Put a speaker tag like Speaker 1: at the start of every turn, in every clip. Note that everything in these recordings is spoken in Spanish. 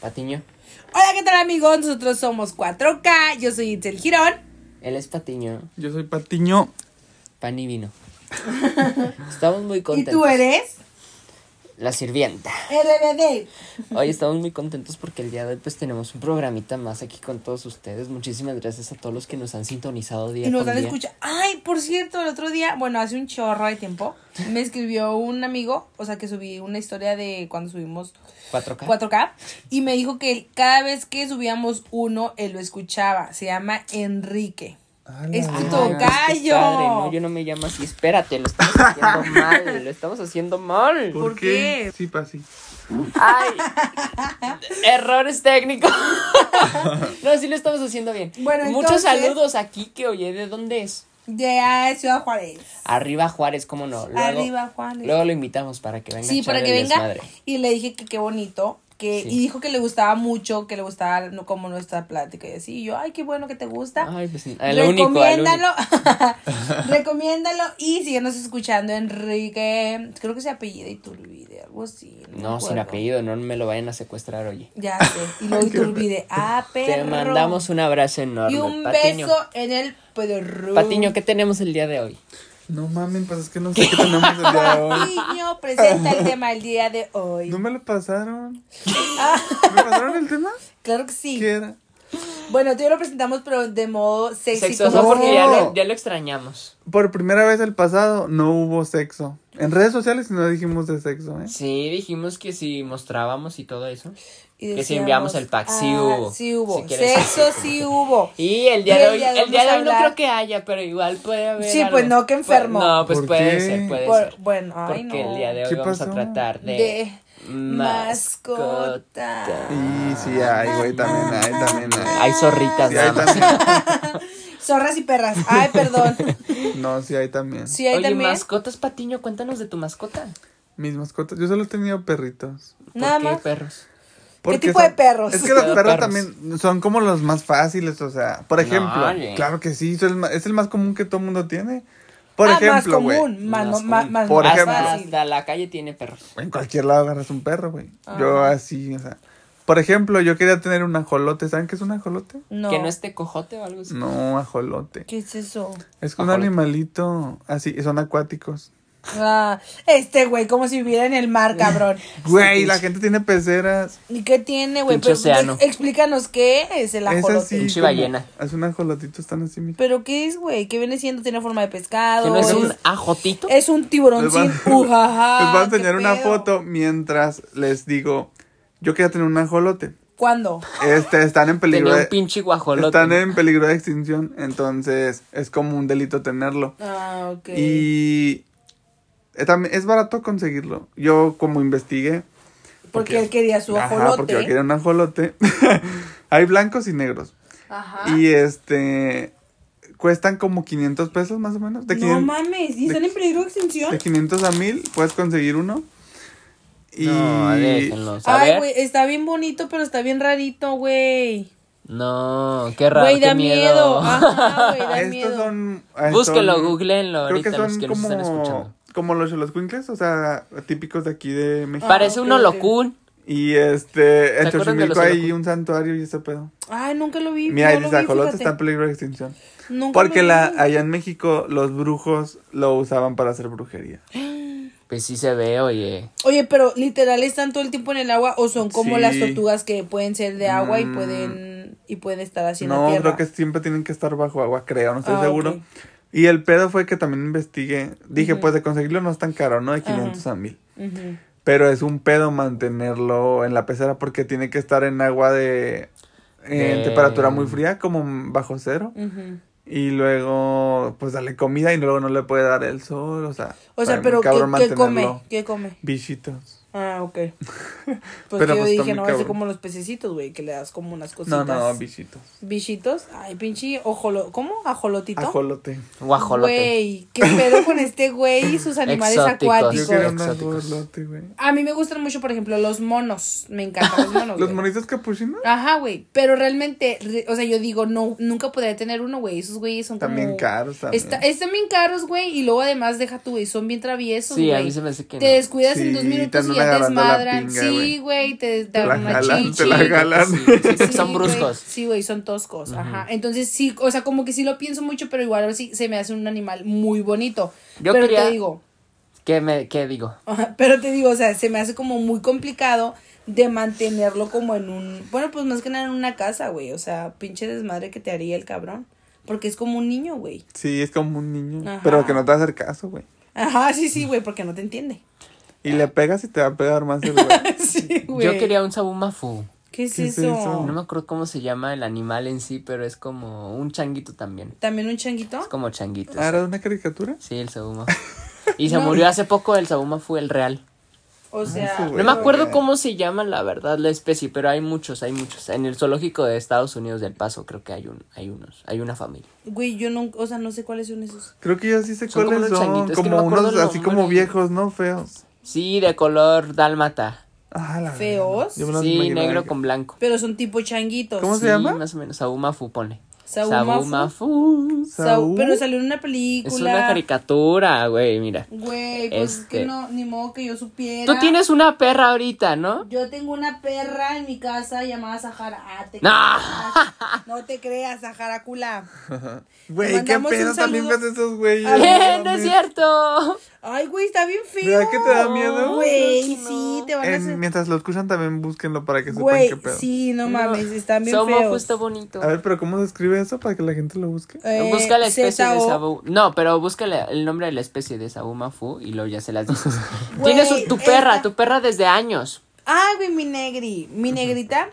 Speaker 1: Patiño.
Speaker 2: Hola, ¿qué tal amigos? Nosotros somos 4K, yo soy Itzel Girón.
Speaker 1: Él es Patiño.
Speaker 3: Yo soy Patiño.
Speaker 1: Pan y vino. estamos muy
Speaker 2: Y
Speaker 1: contentos.
Speaker 2: tú eres
Speaker 1: La sirvienta.
Speaker 2: RBD.
Speaker 1: Hoy estamos muy contentos porque el día de hoy pues tenemos un programita más aquí con todos ustedes. Muchísimas gracias a todos los que nos han sintonizado día
Speaker 2: Y nos
Speaker 1: con
Speaker 2: han
Speaker 1: día.
Speaker 2: escuchado. Ay, por cierto, el otro día, bueno, hace un chorro de tiempo, me escribió un amigo, o sea, que subí una historia de cuando subimos
Speaker 1: 4K.
Speaker 2: 4K, y me dijo que él, cada vez que subíamos uno, él lo escuchaba. Se llama Enrique. Es
Speaker 1: Ay,
Speaker 2: tu
Speaker 1: no, es que padre, no,
Speaker 2: tocayo.
Speaker 1: yo no me llamo así. Espérate, lo estamos haciendo mal. Lo estamos haciendo mal.
Speaker 2: ¿Por qué?
Speaker 3: Sí, Pasi.
Speaker 1: Ay, errores técnicos. no, sí lo estamos haciendo bien.
Speaker 2: Bueno,
Speaker 1: Muchos
Speaker 2: entonces-
Speaker 1: saludos aquí que oye, ¿de dónde es?
Speaker 2: De ah, Ciudad Juárez.
Speaker 1: Arriba Juárez, cómo no. Luego,
Speaker 2: Arriba Juárez.
Speaker 1: Luego lo invitamos para que venga. a
Speaker 2: Sí,
Speaker 1: echar
Speaker 2: para que
Speaker 1: el
Speaker 2: venga.
Speaker 1: desmadre.
Speaker 2: Y le dije que qué bonito. Que,
Speaker 1: Sí.
Speaker 2: Y dijo que le gustaba mucho, que le gustaba no, como nuestra plática y así. Y yo, ay, qué bueno que te gusta.
Speaker 1: Ay, pues, al único, al único.
Speaker 2: recomiéndalo. recomiéndalo y síguenos escuchando, Enrique. Creo que se apellida Iturbide, algo así. me
Speaker 1: No, sin
Speaker 2: acuerdo.
Speaker 1: apellido, no me lo vayan a secuestrar, oye.
Speaker 2: Ya sé. Y luego Iturbide. Ah,
Speaker 1: Te
Speaker 2: perro.
Speaker 1: mandamos un abrazo enorme.
Speaker 2: Y un
Speaker 1: Patiño.
Speaker 2: beso en el perro.
Speaker 1: Patiño, ¿qué tenemos el día de hoy?
Speaker 3: No mamen, pues es que no sé qué tenemos el día de hoy.
Speaker 2: Patiño presenta el tema el día de hoy. Ah,
Speaker 3: No me lo pasaron. ¿Me pasaron el tema?
Speaker 2: Claro que sí.
Speaker 3: ¿Qué era?
Speaker 2: Bueno, tú y yo lo presentamos, pero de modo sexy.
Speaker 1: Sexo,
Speaker 2: como
Speaker 1: no, porque ya
Speaker 3: no.
Speaker 1: lo, ya lo extrañamos.
Speaker 3: Por primera vez el pasado no hubo sexo. En redes sociales no dijimos de sexo, ¿eh?
Speaker 1: Sí, dijimos que si mostrábamos y todo eso.
Speaker 2: Y
Speaker 1: Que si
Speaker 2: decíamos,
Speaker 1: enviamos el pack, sí
Speaker 2: ah,
Speaker 1: hubo.
Speaker 2: Sí hubo.
Speaker 1: Si quieres-
Speaker 2: Sexo sí hubo.
Speaker 1: Y el día
Speaker 2: Y
Speaker 1: de
Speaker 2: el
Speaker 1: hoy,
Speaker 2: día de
Speaker 1: el
Speaker 2: hoy
Speaker 1: día de hoy
Speaker 2: vamos a
Speaker 1: no
Speaker 2: hablar.
Speaker 1: creo que haya, pero igual puede haber.
Speaker 2: Sí,
Speaker 1: algo.
Speaker 2: pues no, qué enfermo.
Speaker 1: No, pues
Speaker 3: ¿Por
Speaker 1: puede
Speaker 3: qué?
Speaker 1: ser, puede
Speaker 2: Por-
Speaker 1: ser.
Speaker 2: bueno, ay,
Speaker 1: Porque
Speaker 2: no.
Speaker 1: el día de hoy
Speaker 3: ¿Qué
Speaker 1: vamos a
Speaker 3: pasó?
Speaker 1: tratar de,
Speaker 2: De mascota.
Speaker 3: Y sí, ay, güey, también, ay, también, ay.
Speaker 1: Hay zorritas,
Speaker 3: Sí, hay
Speaker 1: ¿no?
Speaker 3: también.
Speaker 2: Zorras y perras. Ay, perdón.
Speaker 3: No, sí, hay también.
Speaker 2: Sí, ahí
Speaker 1: Oye,
Speaker 2: también.
Speaker 1: mascotas, Patiño, cuéntanos de tu mascota.
Speaker 3: Mis mascotas. Yo solo he tenido perritos.
Speaker 1: ¿Por
Speaker 2: Nada
Speaker 1: qué
Speaker 2: más.
Speaker 1: perros?
Speaker 3: Porque
Speaker 2: tipo de
Speaker 3: son-
Speaker 2: perros? Ah,
Speaker 3: Es que los
Speaker 1: Pero
Speaker 3: perros
Speaker 1: perros.
Speaker 3: también son como los más fáciles, o sea, por
Speaker 1: No,
Speaker 3: ejemplo,
Speaker 1: oye.
Speaker 3: claro que sí, es el, ma- es el más común que todo mundo tiene. Por
Speaker 2: Ah, más
Speaker 3: ejemplo, güey,
Speaker 2: común. Más, no-
Speaker 1: Más
Speaker 2: más,
Speaker 1: común.
Speaker 2: más-
Speaker 3: Por
Speaker 2: más
Speaker 3: ejemplo.
Speaker 1: Hasta,
Speaker 2: Ah, fácil.
Speaker 1: hasta Ah, la calle tiene perros.
Speaker 3: en cualquier lado agarras un perro, güey. Yo
Speaker 2: Ah.
Speaker 3: así, o sea, por ejemplo, yo quería tener un ajolote, ¿saben qué es un ajolote?
Speaker 2: No.
Speaker 1: Que no esté cojote o algo así.
Speaker 3: No, ajolote.
Speaker 2: ¿Qué es eso?
Speaker 3: Es un
Speaker 1: Ajolote.
Speaker 3: animalito así, son acuáticos.
Speaker 2: Ah, este güey, como si viviera en el mar, cabrón.
Speaker 3: Güey, la gente tiene peceras.
Speaker 2: ¿Y qué tiene, güey?
Speaker 1: Pinche
Speaker 2: Pero,
Speaker 1: océano.
Speaker 2: ex- Explícanos qué es el
Speaker 3: Es
Speaker 2: ajolote.
Speaker 3: así.
Speaker 1: Pinche
Speaker 3: como-
Speaker 1: ballena.
Speaker 3: Es un ajolotito, están así, mira.
Speaker 2: ¿Pero qué es, güey? ¿Qué viene siendo? ¿Tiene forma de pescado?
Speaker 1: Que no es
Speaker 2: ¿Es-
Speaker 1: un ajotito.
Speaker 2: Ah, Es un tiburón
Speaker 3: Les va-
Speaker 2: sin ujaja.
Speaker 3: les voy a
Speaker 2: ¿qué
Speaker 3: enseñar una
Speaker 2: pedo?
Speaker 3: foto mientras les digo, yo quería tener un ajolote.
Speaker 2: ¿Cuándo?
Speaker 3: Este, están en peligro
Speaker 1: Tenía un
Speaker 3: de,
Speaker 1: pinche guajolote.
Speaker 3: están en peligro de extinción, entonces es como un delito tenerlo.
Speaker 2: Ah, ok.
Speaker 3: Y eh, también es barato conseguirlo. Yo como investigué,
Speaker 2: porque él quería su
Speaker 3: ajá,
Speaker 2: ajolote.
Speaker 3: porque yo quería un ajolote. Hay blancos y negros.
Speaker 2: Ajá.
Speaker 3: Y este cuestan como 500 pesos más o menos, de,
Speaker 2: no
Speaker 3: 500
Speaker 2: mames, ¿y
Speaker 3: de-
Speaker 2: están en peligro de
Speaker 3: de
Speaker 2: extinción?
Speaker 3: 500 a 1000 puedes conseguir uno. Y
Speaker 1: No, déjenlos. Pues, A
Speaker 2: Ay,
Speaker 1: ver.
Speaker 2: güey, está bien bonito, pero está bien rarito, güey.
Speaker 1: No, qué raro.
Speaker 2: Güey,
Speaker 1: qué
Speaker 2: da miedo. Ah,
Speaker 1: miedo.
Speaker 2: Ajá, güey, da
Speaker 3: Estos
Speaker 2: miedo.
Speaker 3: son. ah,
Speaker 1: Búsquenlo,
Speaker 3: son-
Speaker 1: googleenlo
Speaker 3: Creo que
Speaker 1: ahorita, los
Speaker 3: son
Speaker 1: que nos
Speaker 3: como,
Speaker 1: están escuchando.
Speaker 3: como los Choloscuincles, o sea, típicos de aquí de México.
Speaker 1: Parece
Speaker 2: Ah, ok,
Speaker 1: un
Speaker 2: ok.
Speaker 1: holocún.
Speaker 3: Y este, en
Speaker 1: acuerdan de
Speaker 3: Xochimilco
Speaker 1: los
Speaker 3: hay
Speaker 1: Xolocul?
Speaker 3: un santuario y ese pedo.
Speaker 2: Ay, nunca lo vi.
Speaker 3: Mira,
Speaker 2: no
Speaker 3: el
Speaker 2: lo vi,
Speaker 3: ajolote
Speaker 2: fíjate.
Speaker 3: está en peligro de extinción.
Speaker 2: Nunca
Speaker 3: Porque
Speaker 2: lo
Speaker 3: la,
Speaker 2: vi.
Speaker 3: allá en México los brujos lo usaban para hacer brujería.
Speaker 1: Pues sí se ve, oye.
Speaker 2: Oye, pero literal están todo el tiempo en el agua o son como
Speaker 3: Sí.
Speaker 2: las tortugas que pueden ser de agua y
Speaker 3: Mm.
Speaker 2: pueden y pueden estar así en
Speaker 3: No,
Speaker 2: la tierra.
Speaker 3: creo que siempre tienen que estar bajo agua, creo, no estoy
Speaker 2: Ah,
Speaker 3: seguro.
Speaker 2: ok.
Speaker 3: Y el pedo fue que también investigué. Dije, pues de conseguirlo no es tan caro, ¿no? De 500 a 1000.
Speaker 2: Ujú.
Speaker 3: Pero es un pedo mantenerlo en la pecera porque tiene que estar en agua de. en
Speaker 1: De-
Speaker 3: temperatura muy fría, como bajo cero.
Speaker 2: Ujú.
Speaker 3: Y luego, pues darle comida y luego no le puede dar el sol, o sea.
Speaker 2: O
Speaker 3: está
Speaker 2: sea,
Speaker 3: muy
Speaker 2: pero ¿qué,
Speaker 3: cabrón
Speaker 2: qué come?
Speaker 3: mantenerlo.
Speaker 2: ¿Qué come?
Speaker 3: Bichitos.
Speaker 2: Ah, ok. Pues
Speaker 3: Pero
Speaker 2: yo
Speaker 3: pues
Speaker 2: dije,
Speaker 3: está muy
Speaker 2: no, va a ser
Speaker 3: cabrón.
Speaker 2: como los pececitos, güey, que le das como unas cositas.
Speaker 3: No, no, bichitos.
Speaker 2: Bichitos. Ay, pinche ojolo... ¿Cómo? ¿Ajolotito?
Speaker 3: Ajolote.
Speaker 1: Guajolote.
Speaker 2: Güey, qué pedo con este güey y sus animales
Speaker 1: Exóticos.
Speaker 3: Yo
Speaker 2: acuáticos.
Speaker 3: quería un
Speaker 1: Exóticos.
Speaker 3: ajolote, güey.
Speaker 2: A mí me gustan mucho, por ejemplo, los monos. Me encantan los monos.
Speaker 3: ¿Los
Speaker 2: güey.
Speaker 3: monitos capuchinos?
Speaker 2: Ajá, güey. Pero realmente, re- o sea, yo digo, no, nunca podría tener uno, güey. Esos güeyes son
Speaker 3: También
Speaker 2: como...
Speaker 3: caros, también.
Speaker 2: Mm. Está- están bien caros, güey. Y luego además deja tú, güey. Son bien traviesos,
Speaker 1: Sí,
Speaker 2: güey.
Speaker 1: a mí se me hace que
Speaker 2: Te
Speaker 1: no.
Speaker 2: descuidas
Speaker 3: Sí,
Speaker 2: en dos
Speaker 3: te
Speaker 2: minutos
Speaker 3: andan
Speaker 2: y ya te
Speaker 3: jalando la
Speaker 2: desmadran.
Speaker 3: pinga,
Speaker 2: Sí, güey, te
Speaker 3: la
Speaker 2: dan una
Speaker 3: jalan,
Speaker 2: chichi.
Speaker 3: te la jalan.
Speaker 1: Sí, sí, sí,
Speaker 2: Sí,
Speaker 1: son
Speaker 2: güey.
Speaker 1: bruscos.
Speaker 2: Sí, güey, son toscos. Ajá. Entonces, sí, o sea, como que sí lo pienso mucho, pero igual ahora sí se me hace un animal muy bonito.
Speaker 1: Yo
Speaker 2: pero
Speaker 1: quería-
Speaker 2: te digo,
Speaker 1: ¿Qué, me, ¿Qué digo?
Speaker 2: ajá, pero te digo, o sea, se me hace como muy complicado de mantenerlo como en un. Bueno, pues más que nada en una casa, güey. O sea, pinche desmadre que te haría el cabrón. Porque es como un niño, güey.
Speaker 3: Sí, es como un niño.
Speaker 2: Ajá.
Speaker 3: Pero que no te va a hacer caso, güey.
Speaker 2: Ajá, sí, sí, güey, porque no te entiende.
Speaker 3: Y
Speaker 2: Ah.
Speaker 3: le pegas y te va a pegar más el güey.
Speaker 2: Sí, güey.
Speaker 1: Yo quería un sabumafu.
Speaker 2: ¿Qué es
Speaker 3: ¿Qué es
Speaker 2: eso?
Speaker 3: eso?
Speaker 1: No me acuerdo cómo se llama el animal en sí, pero es como un changuito también.
Speaker 2: ¿También un changuito?
Speaker 1: Es como changuito.
Speaker 3: ¿Ah, ¿Era una caricatura?
Speaker 1: Sí, el sabumafu. Y se murió hace poco el sabumafu, el real.
Speaker 2: O sea,
Speaker 3: sí,
Speaker 1: No
Speaker 3: güey.
Speaker 1: me acuerdo
Speaker 3: Ok.
Speaker 1: cómo se llama la verdad la especie, pero hay muchos, hay muchos. En el zoológico de Estados Unidos del Paso creo que hay un, hay unos, hay una familia.
Speaker 2: güey, yo no, o sea, no sé cuáles son esos.
Speaker 3: Creo que yo sí sé
Speaker 1: Son como
Speaker 3: cuáles
Speaker 1: unos
Speaker 3: son.
Speaker 1: changuitos, es que
Speaker 3: Como
Speaker 1: no me acuerdo
Speaker 3: unos
Speaker 1: el
Speaker 3: así como
Speaker 1: nombre.
Speaker 3: viejos, ¿no? Feos.
Speaker 1: Sí, de color dálmata.
Speaker 3: Ah, la
Speaker 2: ¿Feos?
Speaker 3: verdad. Yo me los
Speaker 1: Sí,
Speaker 3: imaginaba
Speaker 1: negro
Speaker 3: que-
Speaker 1: con blanco.
Speaker 2: Pero son tipo changuitos.
Speaker 3: ¿Cómo
Speaker 1: sí,
Speaker 3: se llama?
Speaker 1: más o menos, sabumafu pone.
Speaker 2: Sabumafu.
Speaker 1: Sabumafu.
Speaker 2: Sau-
Speaker 3: Saúl.
Speaker 2: Pero salió en una
Speaker 1: Es
Speaker 2: película.
Speaker 1: una caricatura, güey, mira.
Speaker 2: Güey, pues es que
Speaker 1: Este.
Speaker 2: no, ni modo que yo supiera.
Speaker 1: Tú tienes una perra ahorita, ¿no?
Speaker 2: Yo tengo una perra en mi casa llamada Sahara. Ah, te
Speaker 1: No.
Speaker 2: creas. No te creas, Sahara Kula.
Speaker 3: Güey, qué
Speaker 2: mandamos un
Speaker 3: pedo también
Speaker 2: saludo.
Speaker 3: con esos güeyes.
Speaker 2: A
Speaker 3: no
Speaker 1: ¡Eh, no
Speaker 3: mames.
Speaker 1: es cierto!
Speaker 2: Ay, güey, está bien feo.
Speaker 3: ¿Verdad que te da miedo?
Speaker 2: Güey, sí, te van a
Speaker 3: En-
Speaker 2: hacer.
Speaker 3: mientras lo escuchan también búsquenlo para que sepan
Speaker 2: Güey,
Speaker 3: qué pedo.
Speaker 2: sí, no mames, están bien
Speaker 1: Sabumafu
Speaker 2: feos.
Speaker 1: está bonito.
Speaker 3: A ver, pero ¿cómo se escribe eso para que la gente lo busque?
Speaker 2: Eh,
Speaker 1: Busca la especie de
Speaker 2: ZO.
Speaker 1: sabu. No, pero búscale el nombre de la especie de sabumafu y luego ya se las dices.
Speaker 2: Güey,
Speaker 1: Tienes un- tu perra,
Speaker 2: esta-
Speaker 1: tu perra desde años.
Speaker 2: Ay, Ah, güey, mi negri. Mi negrita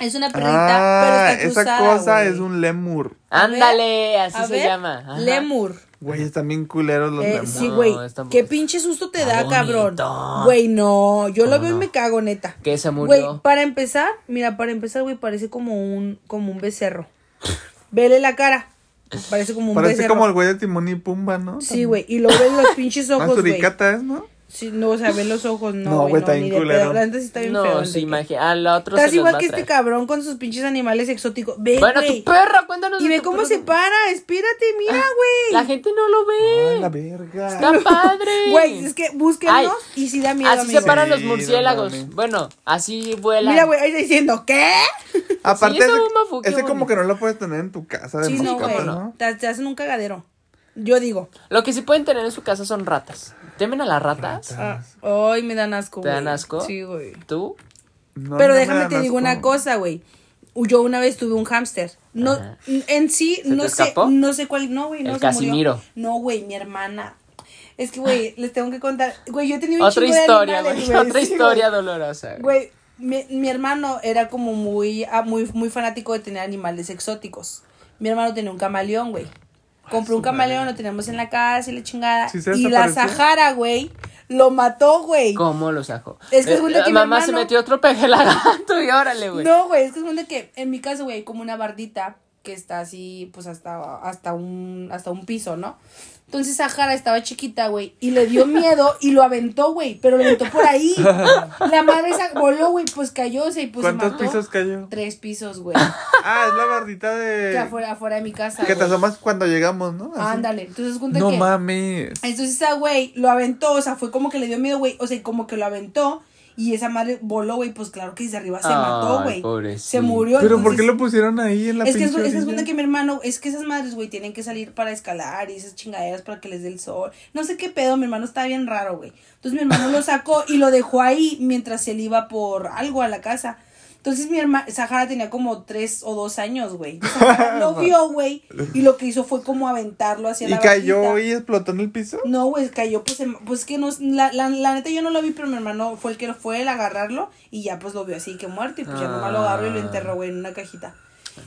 Speaker 2: es una perrita,
Speaker 3: Ah,
Speaker 2: pero está
Speaker 3: esa
Speaker 2: cruzada,
Speaker 3: cosa
Speaker 2: güey.
Speaker 3: es un lemur.
Speaker 2: A ver,
Speaker 1: Ándale, así
Speaker 2: A
Speaker 1: se
Speaker 2: ver,
Speaker 1: llama. Ajá.
Speaker 2: Lemur.
Speaker 3: Güey, están bien culeros los
Speaker 2: Eh,
Speaker 3: lemur.
Speaker 2: sí, güey.
Speaker 1: No, está-
Speaker 2: Qué pinche susto te da,
Speaker 1: bonito.
Speaker 2: cabrón. Güey, no. Yo lo veo y me cago, neta.
Speaker 1: Que se
Speaker 2: Güey,
Speaker 1: murió.
Speaker 2: para empezar, mira, para empezar, güey, parece como un, como un becerro. Vele la cara. Parece como un
Speaker 3: Parece
Speaker 2: becerro.
Speaker 3: como el güey de Timón y Pumba, ¿no?
Speaker 2: Sí, güey. Y luego ven los pinches
Speaker 3: Más
Speaker 2: ojos, güey.
Speaker 3: suricata es, ¿no?
Speaker 2: Sí, no, o sea, ven los ojos,
Speaker 3: No,
Speaker 2: no,
Speaker 3: güey,
Speaker 2: güey. No,
Speaker 3: está
Speaker 2: ni
Speaker 3: bien
Speaker 2: de pedo.
Speaker 3: culero.
Speaker 2: La neta sí está bien feo.
Speaker 1: no,
Speaker 2: de
Speaker 1: se
Speaker 2: que-
Speaker 1: imagina. Al otro
Speaker 2: Estás
Speaker 1: se los
Speaker 2: igual
Speaker 1: va a
Speaker 2: que este
Speaker 1: traer.
Speaker 2: cabrón con sus pinches animales exóticos. Ve,
Speaker 1: Bueno,
Speaker 2: güey.
Speaker 1: tu perra, cuéntanos.
Speaker 2: Y
Speaker 1: de
Speaker 2: ve
Speaker 1: tu
Speaker 2: cómo
Speaker 1: perra.
Speaker 2: se para. Espírate, mira, güey.
Speaker 1: La gente no lo
Speaker 3: Ay, Ah, la
Speaker 1: ve.
Speaker 3: verga.
Speaker 1: Está padre.
Speaker 2: Güey, es que búsquenos
Speaker 1: Ay,
Speaker 2: y si da miedo,
Speaker 1: Así
Speaker 2: amigo.
Speaker 1: se paran los
Speaker 3: Sí,
Speaker 1: murciélagos.
Speaker 3: no mames.
Speaker 1: bueno, así vuelan.
Speaker 2: Mira, güey, ahí está diciendo, ¿qué?
Speaker 3: Aparte,
Speaker 1: Sí, es
Speaker 3: ese,
Speaker 1: sabumafu, qué
Speaker 3: ese como
Speaker 1: bonito.
Speaker 3: que no lo puedes tener en tu casa de
Speaker 2: Sí, no,
Speaker 3: mascota,
Speaker 2: güey.
Speaker 3: ¿no?
Speaker 2: Te, te hacen un cagadero. Yo digo.
Speaker 1: Lo que sí pueden tener en su casa son ratas. ¿Temen a las ratas?
Speaker 2: ah, Ay, me dan asco,
Speaker 1: ¿Te
Speaker 2: güey.
Speaker 1: dan asco?
Speaker 2: Sí, güey.
Speaker 1: ¿Tú?
Speaker 3: No,
Speaker 2: Pero
Speaker 3: no me
Speaker 2: déjame
Speaker 3: dan
Speaker 2: te digo
Speaker 3: asco.
Speaker 2: una cosa, güey. Yo una vez tuve un hámster. No,
Speaker 1: Ajá.
Speaker 2: en sí,
Speaker 1: ¿Se te
Speaker 2: no sé,
Speaker 1: escapó?
Speaker 2: no sé cuál, no, güey, no
Speaker 1: El
Speaker 2: se murió.
Speaker 1: Casimiro.
Speaker 2: No, güey, mi hermana. Es que, güey, les tengo que contar. Güey, yo he tenido un
Speaker 1: Otra
Speaker 2: chingo de
Speaker 1: historia,
Speaker 2: animales,
Speaker 1: güey. Otra
Speaker 2: Sí,
Speaker 1: historia dolorosa. güey.
Speaker 2: Güey, mi, mi hermano era como muy, ah, muy, muy fanático de tener animales exóticos. Mi hermano tenía un camaleón, güey. Compró un camaleón, lo teníamos en la casa y la chingada.
Speaker 3: Ah, ¿Sí se
Speaker 2: y la
Speaker 3: desapareció?
Speaker 2: Sahara, güey, lo mató, güey.
Speaker 1: ¿Cómo lo sacó? Eh,
Speaker 2: Es que es bueno
Speaker 1: la
Speaker 2: que mi
Speaker 1: mamá se
Speaker 2: hermano-
Speaker 1: metió otro peje al gato y órale, güey.
Speaker 2: No, güey, es que es cuenta que en mi casa, güey, hay como una bardita que está así, pues hasta, hasta, un, hasta un piso, ¿no? Entonces Sahara estaba chiquita, güey, y le dio miedo y lo aventó, güey, pero lo aventó por ahí. La madre esa voló, güey, pues cayó, o sea, y pues se
Speaker 3: ¿Cuántos
Speaker 2: mató.
Speaker 3: pisos cayó?
Speaker 2: Tres pisos, güey.
Speaker 3: Ah, es la bardita
Speaker 2: que
Speaker 3: de.
Speaker 2: afuera, afuera de mi casa.
Speaker 3: Que Eh, te Ah,
Speaker 2: güey.
Speaker 3: asomas cuando llegamos, ¿no? Así.
Speaker 2: Ándale, entonces cuenta
Speaker 3: No
Speaker 2: que.
Speaker 3: mames.
Speaker 2: Entonces esa güey lo aventó, o sea, fue como que le dio miedo, güey, o sea, como que lo aventó y esa madre voló, güey, pues claro que desde arriba se
Speaker 1: Ay,
Speaker 2: mató, güey.
Speaker 1: pobrecito.
Speaker 2: Se murió.
Speaker 3: Pero ¿por
Speaker 2: entonces-
Speaker 3: qué lo pusieron ahí en la
Speaker 2: es que es,
Speaker 3: pinche
Speaker 2: es que es
Speaker 3: orilla?
Speaker 2: cuenta que mi hermano, es que esas madres, güey, tienen que salir para escalar y esas chingaderas para que les dé el sol. No sé qué pedo, mi hermano está bien raro, güey. Entonces mi hermano lo sacó y lo dejó ahí mientras él iba por algo a la casa. Entonces mi hermana, Sahara tenía como tres o dos años, güey. Entonces, Sahara lo vio, güey, y lo que hizo fue como aventarlo hacia
Speaker 3: Y
Speaker 2: la
Speaker 3: cayó
Speaker 2: bajita.
Speaker 3: y explotó en el piso.
Speaker 2: No, güey, cayó, pues, em- pues que no, la, la, la neta yo no lo vi, pero mi hermano fue el que lo fue el agarrarlo y ya pues lo vio así que muerto y pues ya nomás lo agarró y lo enterró, güey, en una cajita.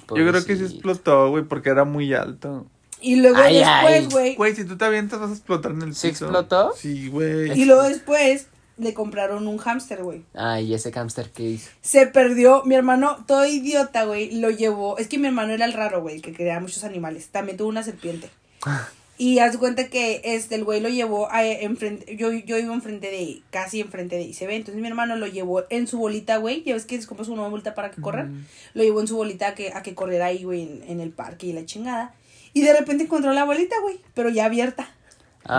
Speaker 3: Yo creo que sí
Speaker 1: Pobrecito.
Speaker 3: explotó, güey, porque era muy alto.
Speaker 2: Y luego
Speaker 1: Ay, ay.
Speaker 2: después, güey,
Speaker 3: Güey, si tú te avientas vas a explotar en el piso.
Speaker 1: ¿Sí explotó?
Speaker 3: Sí, güey.
Speaker 2: y luego después le compraron un hámster, güey.
Speaker 1: Ay, ese hámster que hizo.
Speaker 2: Se perdió, mi hermano, todo idiota, güey, lo llevó. Es que mi hermano era el raro, güey, el que creaba muchos animales. También tuvo una serpiente. Y haz de cuenta que este, el güey lo llevó a- enfrente, yo, yo iba enfrente de, casi enfrente de ICB, entonces mi hermano lo llevó en su bolita, güey, ya ves que es como una bolita para que corran, lo llevó en su bolita a que, a que corriera ahí, güey, en, en el parque y la chingada. Y de repente encontró la bolita, güey, pero ya abierta.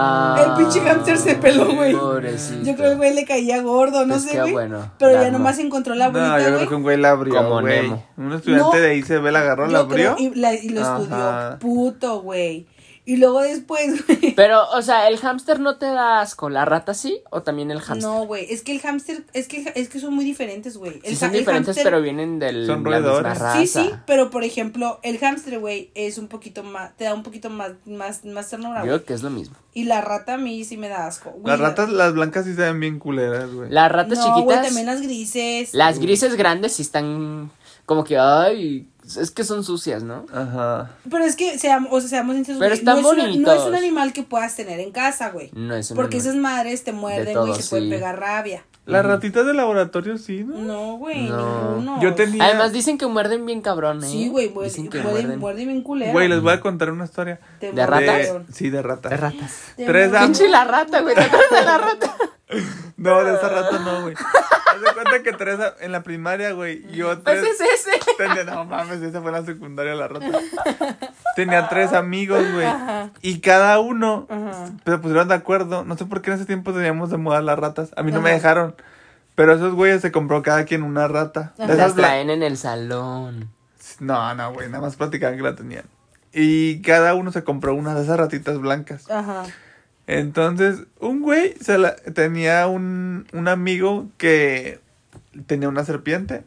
Speaker 1: Ah,
Speaker 2: El pinche hámster se peló, güey.
Speaker 1: Pobrecito.
Speaker 2: Yo creo que el güey le caía gordo, no
Speaker 1: Pues
Speaker 2: sé,
Speaker 1: qué
Speaker 2: güey.
Speaker 1: bueno,
Speaker 2: pero
Speaker 1: la
Speaker 2: ya
Speaker 1: armó.
Speaker 2: nomás encontró la
Speaker 3: No,
Speaker 2: bolita,
Speaker 3: yo
Speaker 2: güey.
Speaker 3: creo que un güey la abrió,
Speaker 1: Como
Speaker 3: güey.
Speaker 1: Nemo.
Speaker 3: Un estudiante
Speaker 2: No.
Speaker 3: de ICB la agarró, la
Speaker 2: Yo creo,
Speaker 3: abrió.
Speaker 2: y, la- y lo
Speaker 3: Ajá.
Speaker 2: estudió puto, güey. Y luego después, güey.
Speaker 1: Pero, o sea, el hámster no te da asco. ¿La rata sí? ¿O también el hámster?
Speaker 2: No, güey, es que el hámster, es que, es que son muy diferentes, güey.
Speaker 1: Sí
Speaker 2: El
Speaker 1: son
Speaker 2: ha- el
Speaker 1: diferentes,
Speaker 2: hámster-
Speaker 1: pero vienen del
Speaker 3: Son
Speaker 1: la misma
Speaker 3: roedores.
Speaker 1: raza.
Speaker 2: Sí, sí, pero por ejemplo, el hámster, güey, es un poquito más, te da un poquito más, más, más
Speaker 1: Yo
Speaker 2: ternura, güey.
Speaker 1: creo que es lo mismo.
Speaker 2: Y la rata a mí sí me da asco. güey.
Speaker 3: Las ratas, las blancas sí se ven bien culeras, güey.
Speaker 1: Las ratas
Speaker 2: no, güey,
Speaker 1: chiquitas,
Speaker 2: también las grises.
Speaker 1: las grises grandes sí están como que, ay, es que son sucias, ¿no?
Speaker 3: Ajá.
Speaker 2: Pero es que, seamos, o sea, seamos sinceros,
Speaker 1: Pero
Speaker 2: güey,
Speaker 1: están
Speaker 2: no, es una- no es
Speaker 1: bonitos.
Speaker 2: un animal que puedas tener en casa, güey.
Speaker 1: No es un
Speaker 2: Porque
Speaker 1: animal.
Speaker 2: esas madres te muerden,
Speaker 1: todo,
Speaker 2: güey, y te pueden
Speaker 1: sí.
Speaker 2: pegar rabia.
Speaker 3: Las ratitas de laboratorio sí, ¿no?
Speaker 2: No, güey,
Speaker 1: No.
Speaker 2: ninguno.
Speaker 3: Yo tenía.
Speaker 1: Además dicen que muerden bien cabrón, ¿eh?
Speaker 2: Sí, güey, muer-
Speaker 1: Dicen que
Speaker 2: muerden,
Speaker 1: muerden.
Speaker 2: muerden bien culero.
Speaker 3: Güey, les voy a contar una historia.
Speaker 2: Te
Speaker 1: ¿De ratas?
Speaker 2: murieron.
Speaker 3: Sí, de ratas.
Speaker 1: De ratas.
Speaker 2: Te
Speaker 3: Tres
Speaker 2: murieron.
Speaker 3: damos.
Speaker 1: Pinche la rata, güey, ¿te acuerdas de la rata?
Speaker 3: No, de esa rata no, güey. Haz de cuenta que Teresa en la primaria, güey, yo
Speaker 1: Pues
Speaker 3: tres...
Speaker 1: es ese.
Speaker 3: tenía- no mames, esa fue la secundaria la rata. Tenía tres amigos, güey. Y cada uno
Speaker 2: Ajá.
Speaker 3: se pusieron de acuerdo. No sé por qué en ese tiempo teníamos de moda las ratas. A mí no me
Speaker 2: Ajá.
Speaker 3: dejaron. Pero esos güeyes se compró cada quien una rata. De
Speaker 1: Las
Speaker 3: esas bla-
Speaker 1: traen en el salón.
Speaker 3: No, no, güey, nada más platicaban que la tenían. Y cada uno se compró una de esas ratitas blancas.
Speaker 2: Ajá.
Speaker 3: Entonces, un güey se la- tenía un, un amigo que tenía una serpiente.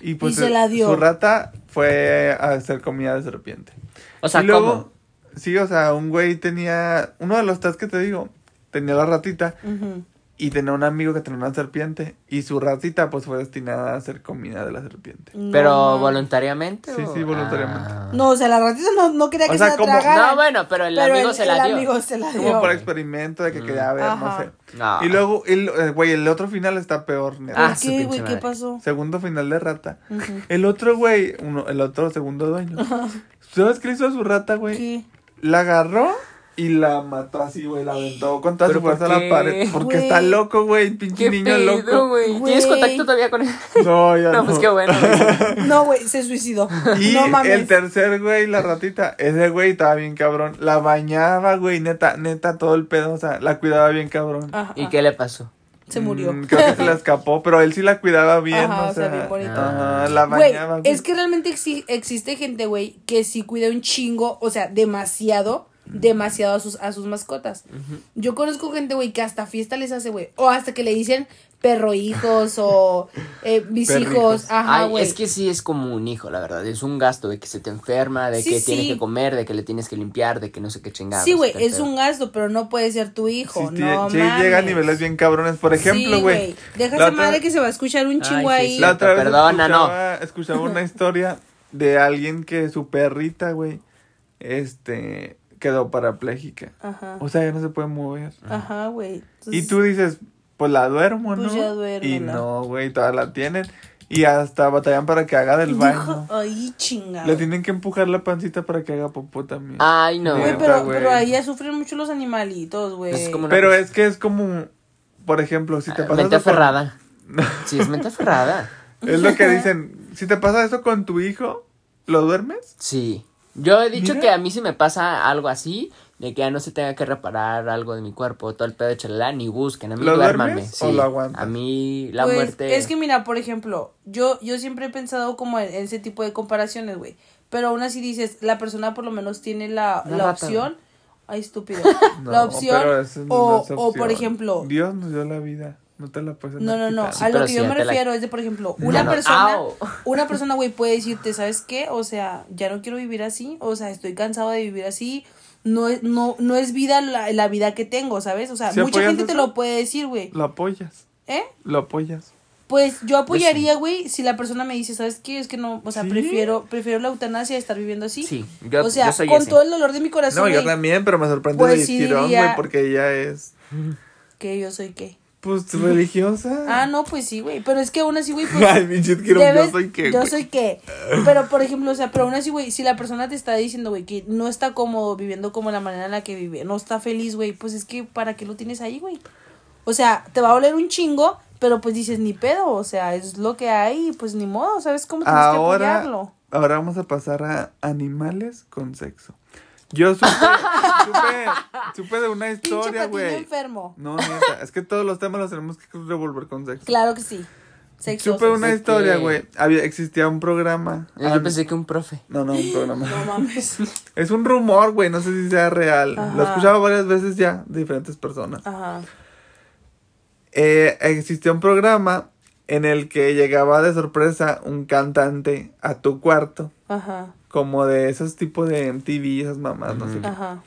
Speaker 3: Y pues
Speaker 2: Y se la dio.
Speaker 3: su rata fue a hacer comida de serpiente.
Speaker 1: O sea,
Speaker 3: y luego,
Speaker 1: ¿cómo?
Speaker 3: sí, o sea, un güey tenía. Uno de los tres que te digo, tenía la ratita.
Speaker 2: Ujú.
Speaker 3: Y tenía un amigo que tenía una serpiente. Y su ratita, pues, fue destinada a hacer comida de la serpiente.
Speaker 2: No,
Speaker 1: ¿Pero
Speaker 2: no.
Speaker 1: voluntariamente?
Speaker 3: Sí,
Speaker 1: o-
Speaker 3: sí, voluntariamente.
Speaker 1: Ah.
Speaker 2: No, o sea, la ratita no, no quería
Speaker 3: O
Speaker 2: que
Speaker 3: sea,
Speaker 2: se la
Speaker 3: como-
Speaker 2: tragara.
Speaker 1: No, bueno, pero el amigo se la dio.
Speaker 2: El amigo se la dio.
Speaker 3: Como por experimento de que quería ver, no
Speaker 2: Ajá.
Speaker 3: sé.
Speaker 1: Ah.
Speaker 3: Y luego, el, eh, güey, el otro final está peor, neta.
Speaker 1: Ah,
Speaker 2: ¿Por
Speaker 1: su
Speaker 2: qué,
Speaker 1: pinche
Speaker 2: güey? ¿Qué
Speaker 1: madre.
Speaker 2: pasó?
Speaker 3: Segundo final de rata. El otro güey, uno, el otro segundo dueño. ¿Sabes qué le hizo a su rata, güey?
Speaker 2: ¿Qué?
Speaker 3: La agarró y la mató así, güey. La aventó con toda
Speaker 1: ¿Pero
Speaker 3: su fuerza a
Speaker 1: por
Speaker 3: la
Speaker 1: qué?
Speaker 3: pared. Porque
Speaker 2: Güey.
Speaker 3: está loco, güey. el Pinche
Speaker 1: ¿Qué
Speaker 3: niño
Speaker 1: pedo,
Speaker 3: loco.
Speaker 1: güey?
Speaker 2: Güey.
Speaker 1: ¿Tienes contacto todavía con él?
Speaker 3: No, ya no.
Speaker 1: No, pues qué bueno.
Speaker 2: No, güey, se suicidó.
Speaker 3: Y
Speaker 2: no mames.
Speaker 3: el tercer güey, la ratita, ese güey estaba bien cabrón. La bañaba, güey, neta, neta, todo el pedo, o sea, la cuidaba bien cabrón.
Speaker 2: Ajá.
Speaker 1: ¿Y qué le pasó?
Speaker 2: Ah, Se murió.
Speaker 3: Mm, creo que se la escapó, pero él sí la cuidaba bien,
Speaker 2: Ajá,
Speaker 3: o sea,
Speaker 2: bien bonito.
Speaker 3: ajá, la
Speaker 2: Güey,
Speaker 3: bañaba.
Speaker 2: es que realmente exi- existe gente, güey, que sí cuida un chingo, o sea, demasiado, demasiado a sus, a sus mascotas. Yo conozco gente, güey, que hasta fiesta les hace, güey, o hasta que le dicen perro hijos o eh, mis
Speaker 3: Perrijos.
Speaker 2: hijos, ajá,
Speaker 1: Ay,
Speaker 2: güey.
Speaker 1: es que sí es como un hijo, la verdad. Es un gasto de que se te enferma, de
Speaker 2: Sí,
Speaker 1: que
Speaker 2: sí.
Speaker 1: tienes que comer, de que le tienes que limpiar, de que no sé qué chingados.
Speaker 2: Sí, güey,
Speaker 1: está el
Speaker 2: es
Speaker 1: pedo.
Speaker 2: un gasto, pero no puede ser tu
Speaker 3: Sí,
Speaker 2: hijo,
Speaker 3: sí,
Speaker 2: no
Speaker 3: sí,
Speaker 2: mames.
Speaker 3: llega a niveles bien cabrones. Por ejemplo,
Speaker 2: Sí,
Speaker 3: güey.
Speaker 2: Deja
Speaker 3: la
Speaker 2: esa
Speaker 3: otra-
Speaker 2: madre que se va a escuchar un chingo
Speaker 1: Ay, sí,
Speaker 2: ahí.
Speaker 1: sí.
Speaker 3: La otra vez
Speaker 1: Perdona, no.
Speaker 3: escuchaba, escuchaba una historia de alguien que su perrita, güey, este, quedó parapléjica.
Speaker 2: Ajá.
Speaker 3: O sea, ya no se puede mover.
Speaker 2: Ajá, güey.
Speaker 3: Y tú dices, pues la duermo, ¿no?
Speaker 2: Pues ya duérmela.
Speaker 3: Y no, güey, todavía la tienen. Y hasta batallan para que haga del baño.
Speaker 2: Ay, chingada.
Speaker 3: Le tienen que empujar la pancita para que haga popó también.
Speaker 1: Ay, no.
Speaker 2: Güey,
Speaker 3: Neta,
Speaker 2: pero,
Speaker 3: güey.
Speaker 2: pero ahí ya sufren mucho los animalitos, güey.
Speaker 1: Es como una
Speaker 3: Pero
Speaker 1: cosa-
Speaker 3: es que es como, por ejemplo, si te
Speaker 1: Ah,
Speaker 3: pasa
Speaker 1: Mente
Speaker 3: eso con-
Speaker 1: aferrada. Sí, es mente aferrada.
Speaker 3: es lo que dicen. Si te pasa eso con tu hijo, ¿lo duermes?
Speaker 1: Sí. Yo he dicho
Speaker 3: Mira.
Speaker 1: que a mí si me pasa algo así, de que ya no se tenga que reparar algo de mi cuerpo, todo el pedo de chalala, ni busquen, a mí
Speaker 3: ¿Lo
Speaker 1: duérmanme.
Speaker 3: duermes
Speaker 1: sí.
Speaker 3: o lo aguantas?
Speaker 1: A mí la
Speaker 2: Pues,
Speaker 1: muerte.
Speaker 2: Es que mira, por ejemplo, yo, yo siempre he pensado como en, en ese tipo de comparaciones, güey. Pero aún así dices, la persona por lo menos tiene la,
Speaker 1: Una
Speaker 2: la
Speaker 1: rata,
Speaker 2: opción. Ay, estúpido.
Speaker 3: No,
Speaker 2: la opción.
Speaker 3: pero esa no
Speaker 2: o,
Speaker 3: es
Speaker 2: o, por
Speaker 3: opción.
Speaker 2: ejemplo.
Speaker 3: Dios nos dio la vida. No te la puedes
Speaker 2: No, no,
Speaker 3: andar
Speaker 2: no.
Speaker 3: quitando.
Speaker 2: A lo
Speaker 1: pero
Speaker 2: que
Speaker 1: sí,
Speaker 2: yo
Speaker 1: ya
Speaker 2: me
Speaker 1: te la-
Speaker 2: refiero es de, por ejemplo, una
Speaker 1: no.
Speaker 2: persona,
Speaker 1: Au.
Speaker 2: una persona, güey, puede decirte, ¿sabes qué? O sea, ya no quiero vivir así, o sea, estoy cansado de vivir así, no es, no, no es vida la, la vida que tengo, ¿sabes? O sea,
Speaker 3: ¿Sí
Speaker 2: mucha
Speaker 3: apoyas
Speaker 2: gente te
Speaker 3: eso?
Speaker 2: lo puede decir, güey.
Speaker 3: Lo apoyas.
Speaker 2: ¿Eh?
Speaker 3: Lo apoyas.
Speaker 2: Pues yo apoyaría, güey, si la persona me dice, ¿sabes qué? Es que no, o sea,
Speaker 3: ¿Sí?
Speaker 2: prefiero, prefiero la eutanasia de estar viviendo así.
Speaker 1: Sí, yo-
Speaker 2: o sea,
Speaker 1: yo soy
Speaker 2: con
Speaker 1: ese.
Speaker 2: todo el dolor de mi corazón,
Speaker 3: No, yo
Speaker 2: güey,
Speaker 3: también, pero me sorprende
Speaker 2: Pues
Speaker 3: el
Speaker 2: sí
Speaker 3: tirón, güey,
Speaker 2: diría-
Speaker 3: porque ella es,
Speaker 2: que yo soy qué.
Speaker 3: pues, religiosa.
Speaker 2: Ah, no, pues sí, güey, pero es que aún así, güey, pues...
Speaker 3: Ay, pinche quiero, yo
Speaker 2: debes-
Speaker 3: soy que,
Speaker 2: Yo
Speaker 3: güey.
Speaker 2: soy qué. Pero, por ejemplo, o sea, pero aún así, güey, si la persona te está diciendo, güey, que no está cómodo viviendo como la manera en la que vive, no está feliz, güey, pues es que, ¿para qué lo tienes ahí, güey? O sea, te va a oler un chingo, pero pues dices, ni pedo, o sea, es lo que hay, y pues ni modo, ¿sabes cómo tienes que
Speaker 3: Ahora,
Speaker 2: apoyarlo?
Speaker 3: ahora vamos a pasar a animales con sexo. Yo supe, supe, supe de una
Speaker 2: Pinche
Speaker 3: historia,
Speaker 2: patino
Speaker 3: güey.
Speaker 2: enfermo.
Speaker 3: No, neta, es que todos los temas los tenemos que revolver con sexo.
Speaker 2: Claro que sí. Sexo.
Speaker 3: Supe una
Speaker 1: es
Speaker 3: historia,
Speaker 1: que-
Speaker 3: güey. Había, existía un programa.
Speaker 1: Eh, Yo
Speaker 3: Ah,
Speaker 1: pensé que un profe.
Speaker 3: No, no, un programa.
Speaker 2: No mames.
Speaker 3: Es un rumor, güey, no sé si sea real.
Speaker 2: Ajá.
Speaker 3: Lo he escuchado varias veces ya de diferentes personas.
Speaker 2: Ajá.
Speaker 3: Eh, existía un programa en el que llegaba de sorpresa un cantante a tu cuarto,
Speaker 2: Ajá.
Speaker 3: como de esos tipos de MTV, esas mamás, no sé qué.
Speaker 2: Ajá.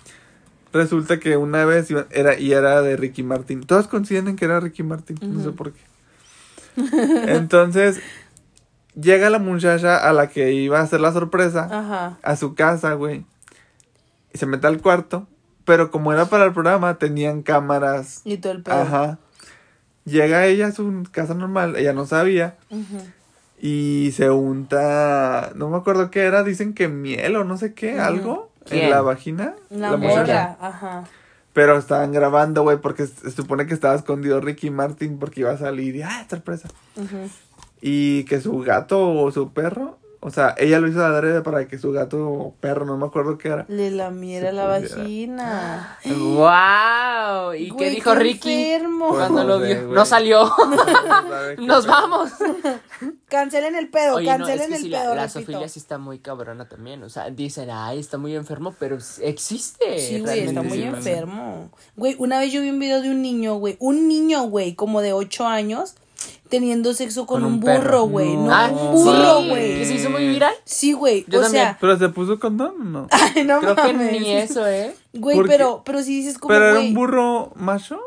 Speaker 3: Resulta que una vez iba- era y era de Ricky Martin. Todos coinciden en que era Ricky Martin, no sé por qué. Entonces llega la muchacha a la que iba a hacer la sorpresa
Speaker 2: Ajá.
Speaker 3: a su casa, güey. Y se mete al cuarto. Pero como era para el programa, tenían cámaras.
Speaker 2: Y todo el pedo.
Speaker 3: Ajá. Llega ella a su casa normal, ella no sabía.
Speaker 2: Ujú.
Speaker 3: Y se unta, no me acuerdo qué era, dicen que miel o no sé qué, algo.
Speaker 1: ¿Quién?
Speaker 3: En la vagina.
Speaker 2: La,
Speaker 3: muchacha.
Speaker 2: morra. Ajá.
Speaker 3: Pero estaban grabando, güey, porque se supone que estaba escondido Ricky Martin porque iba a salir y ¡ah, sorpresa!
Speaker 2: Ujú.
Speaker 3: Y que su gato o su perro, o sea, ella lo hizo adrede para que su gato o perro, no me acuerdo qué era.
Speaker 2: Le lamiera
Speaker 3: Se
Speaker 2: la
Speaker 3: pudiera.
Speaker 2: vagina.
Speaker 1: ¡Wow! ¿Y qué
Speaker 2: Güey,
Speaker 1: dijo Ricky
Speaker 2: enfermo.
Speaker 3: Pues,
Speaker 1: cuando lo
Speaker 3: no sé,
Speaker 1: vio?
Speaker 3: güey.
Speaker 1: No salió.
Speaker 3: ¿Sabe qué
Speaker 1: Nos
Speaker 3: pedo?
Speaker 1: vamos.
Speaker 2: Cancelen el pedo,
Speaker 1: Oye, no, es
Speaker 2: cancelen
Speaker 1: que
Speaker 2: el
Speaker 1: sí, la,
Speaker 2: pedo,
Speaker 1: la
Speaker 2: repito.
Speaker 1: zoofilia sí está muy cabrona también. O sea, dicen, ay, está muy enfermo, pero s- existe.
Speaker 2: Sí, güey,
Speaker 1: eh, realmente
Speaker 2: está
Speaker 3: sí,
Speaker 2: muy
Speaker 3: man.
Speaker 2: enfermo. Güey, una vez yo vi un video de un niño, güey. Un niño, güey, como de 8 años, teniendo sexo con,
Speaker 3: Con
Speaker 2: un,
Speaker 3: un perro.
Speaker 2: burro, güey. No,
Speaker 1: Ah,
Speaker 2: un
Speaker 1: sí,
Speaker 2: burro,
Speaker 1: que
Speaker 2: güey.
Speaker 1: se hizo muy viral.
Speaker 2: Sí, güey.
Speaker 1: Yo
Speaker 2: o
Speaker 1: también.
Speaker 2: sea,
Speaker 3: ¿Pero se puso condón o no?
Speaker 2: ay, no
Speaker 1: Creo que
Speaker 2: mames.
Speaker 1: ni eso, ¿eh?
Speaker 2: Güey,
Speaker 3: Porque-
Speaker 2: pero, pero si dices como,
Speaker 3: ¿Pero era
Speaker 2: güey,
Speaker 3: un burro macho?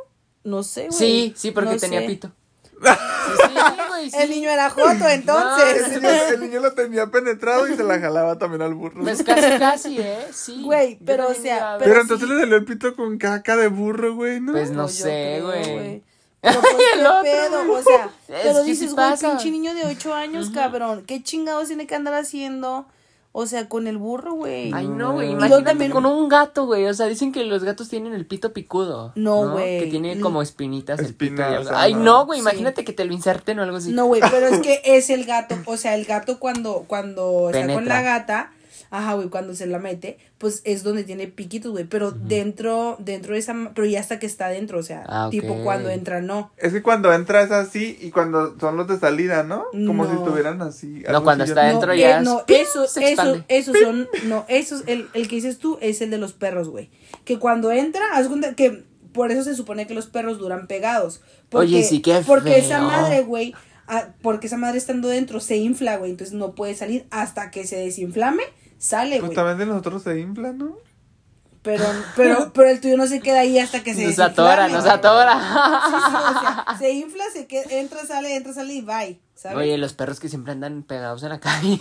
Speaker 2: No sé, güey.
Speaker 1: Sí, sí, porque
Speaker 2: no
Speaker 1: tenía
Speaker 2: sé.
Speaker 1: pito. Sí, sí, güey, sí.
Speaker 2: El niño era joto, entonces.
Speaker 3: El niño, el niño lo tenía penetrado y se la jalaba también al burro.
Speaker 1: Pues casi, casi, ¿eh? Sí.
Speaker 2: Güey,
Speaker 1: Yo
Speaker 2: pero, o
Speaker 1: también
Speaker 2: sea,
Speaker 1: iba a ver.
Speaker 3: Pero,
Speaker 2: pero
Speaker 3: entonces
Speaker 2: sí.
Speaker 3: le salió el pito con caca de burro, güey, ¿no?
Speaker 1: Pues no
Speaker 2: yo
Speaker 1: sé,
Speaker 2: creo,
Speaker 1: güey.
Speaker 2: Pero pues,
Speaker 1: El
Speaker 2: ¿qué
Speaker 1: otro,
Speaker 2: pedo?
Speaker 1: güey.
Speaker 2: O sea,
Speaker 1: Es
Speaker 2: pero
Speaker 1: que sí
Speaker 2: dices, güey,
Speaker 1: pasa.
Speaker 2: pinche niño de 8 años, cabrón. ¿Qué chingados tiene que andar haciendo? O sea, con el burro, güey.
Speaker 1: Ay, no, güey.
Speaker 3: Y
Speaker 2: luego
Speaker 1: Imagínate
Speaker 2: también-
Speaker 1: con un gato, güey. O sea, dicen que los gatos tienen el pito picudo.
Speaker 2: No, güey.
Speaker 1: Que tiene como espinitas el pito. y
Speaker 3: Espinas,
Speaker 1: algo.
Speaker 3: ajá.
Speaker 1: Ay, no, güey.
Speaker 2: Sí.
Speaker 1: Imagínate que te lo inserten o algo así.
Speaker 2: No, güey, pero es que es el gato. O sea, el gato cuando, cuando está con
Speaker 1: Penetra.
Speaker 2: la gata, ajá, güey, cuando se la mete, pues es donde tiene piquitos, güey. Pero dentro, dentro de esa, ma- pero ya hasta que está dentro, o sea,
Speaker 1: Ah,
Speaker 2: tipo
Speaker 1: ok.
Speaker 2: cuando entra, no.
Speaker 3: Es que cuando entra es así y cuando son los de salida, ¿no? Como
Speaker 2: No.
Speaker 3: si estuvieran así.
Speaker 1: No, cuando está
Speaker 3: dentro
Speaker 1: adentro
Speaker 2: no,
Speaker 1: ya
Speaker 2: eh, no,
Speaker 1: es- ¡pim!
Speaker 2: eso,
Speaker 1: se
Speaker 2: eso,
Speaker 1: expande.
Speaker 2: eso son, no, eso, el, el que dices tú es el de los perros, güey. Que cuando entra, haz cuenta que por eso se supone que los perros duran pegados. Porque,
Speaker 1: Oye, sí, qué
Speaker 2: Porque esa
Speaker 1: feo.
Speaker 2: madre, güey, ah, porque esa madre estando dentro se infla, güey, entonces no puede salir hasta que se desinflame, sale, güey.
Speaker 3: Justamente Pues, nosotros se infla, ¿no?
Speaker 2: Pero, pero, pero el tuyo no se queda ahí hasta que se
Speaker 1: Nos atora,
Speaker 2: desinflame,
Speaker 1: nos
Speaker 2: güey.
Speaker 1: atora.
Speaker 2: Sí, sí, o sea, se infla, se queda, entra, sale, entra, sale y bye, ¿sabes?
Speaker 1: Oye, los perros que siempre andan pegados en la calle.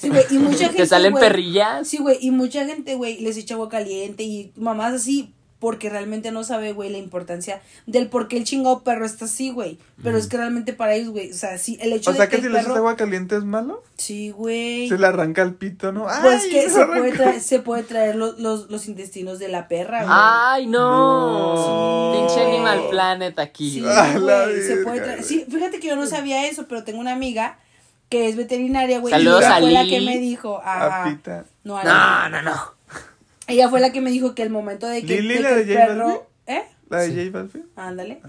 Speaker 2: Sí, güey, y mucha gente,
Speaker 1: Que salen
Speaker 2: güey,
Speaker 1: perrillas.
Speaker 2: Sí, güey, y mucha gente, güey, les echa agua caliente y mamás así, porque realmente no sabe, güey, la importancia del por qué el chingado perro está así, güey. Pero es que realmente para ellos, güey, o sea, sí, el hecho
Speaker 3: O
Speaker 2: de
Speaker 3: sea
Speaker 2: que,
Speaker 3: que si
Speaker 2: el
Speaker 3: le echas
Speaker 2: perro...
Speaker 3: agua caliente es malo,
Speaker 2: Sí, güey.
Speaker 3: se le arranca el pito, ¿no?
Speaker 2: Pues
Speaker 3: ¡Ay!
Speaker 2: que
Speaker 3: Me
Speaker 2: se
Speaker 3: arrancó.
Speaker 2: puede traer, se puede traer los, los, los intestinos de la perra, güey.
Speaker 1: Ay, no.
Speaker 3: No.
Speaker 1: Pinche Animal Planet aquí.
Speaker 2: Sí,
Speaker 1: güey.
Speaker 3: Ah, la
Speaker 2: güey, se puede
Speaker 3: verga,
Speaker 2: traer.
Speaker 3: güey.
Speaker 2: Sí, fíjate que yo no sabía eso, pero tengo una amiga que es veterinaria, güey.
Speaker 1: Saludos
Speaker 2: y ella
Speaker 1: a
Speaker 2: fue la
Speaker 1: Lili.
Speaker 2: que me dijo,
Speaker 3: A
Speaker 2: ajá.
Speaker 3: pita.
Speaker 2: No, a Lili.
Speaker 1: No, no, no.
Speaker 2: Ella fue la que me dijo que el momento de que,
Speaker 3: Lili,
Speaker 2: de
Speaker 3: la
Speaker 2: que
Speaker 3: de
Speaker 2: el
Speaker 3: J
Speaker 2: perro. ¿Eh?
Speaker 3: La de
Speaker 1: Sí.
Speaker 3: J Balvin.
Speaker 2: Ándale.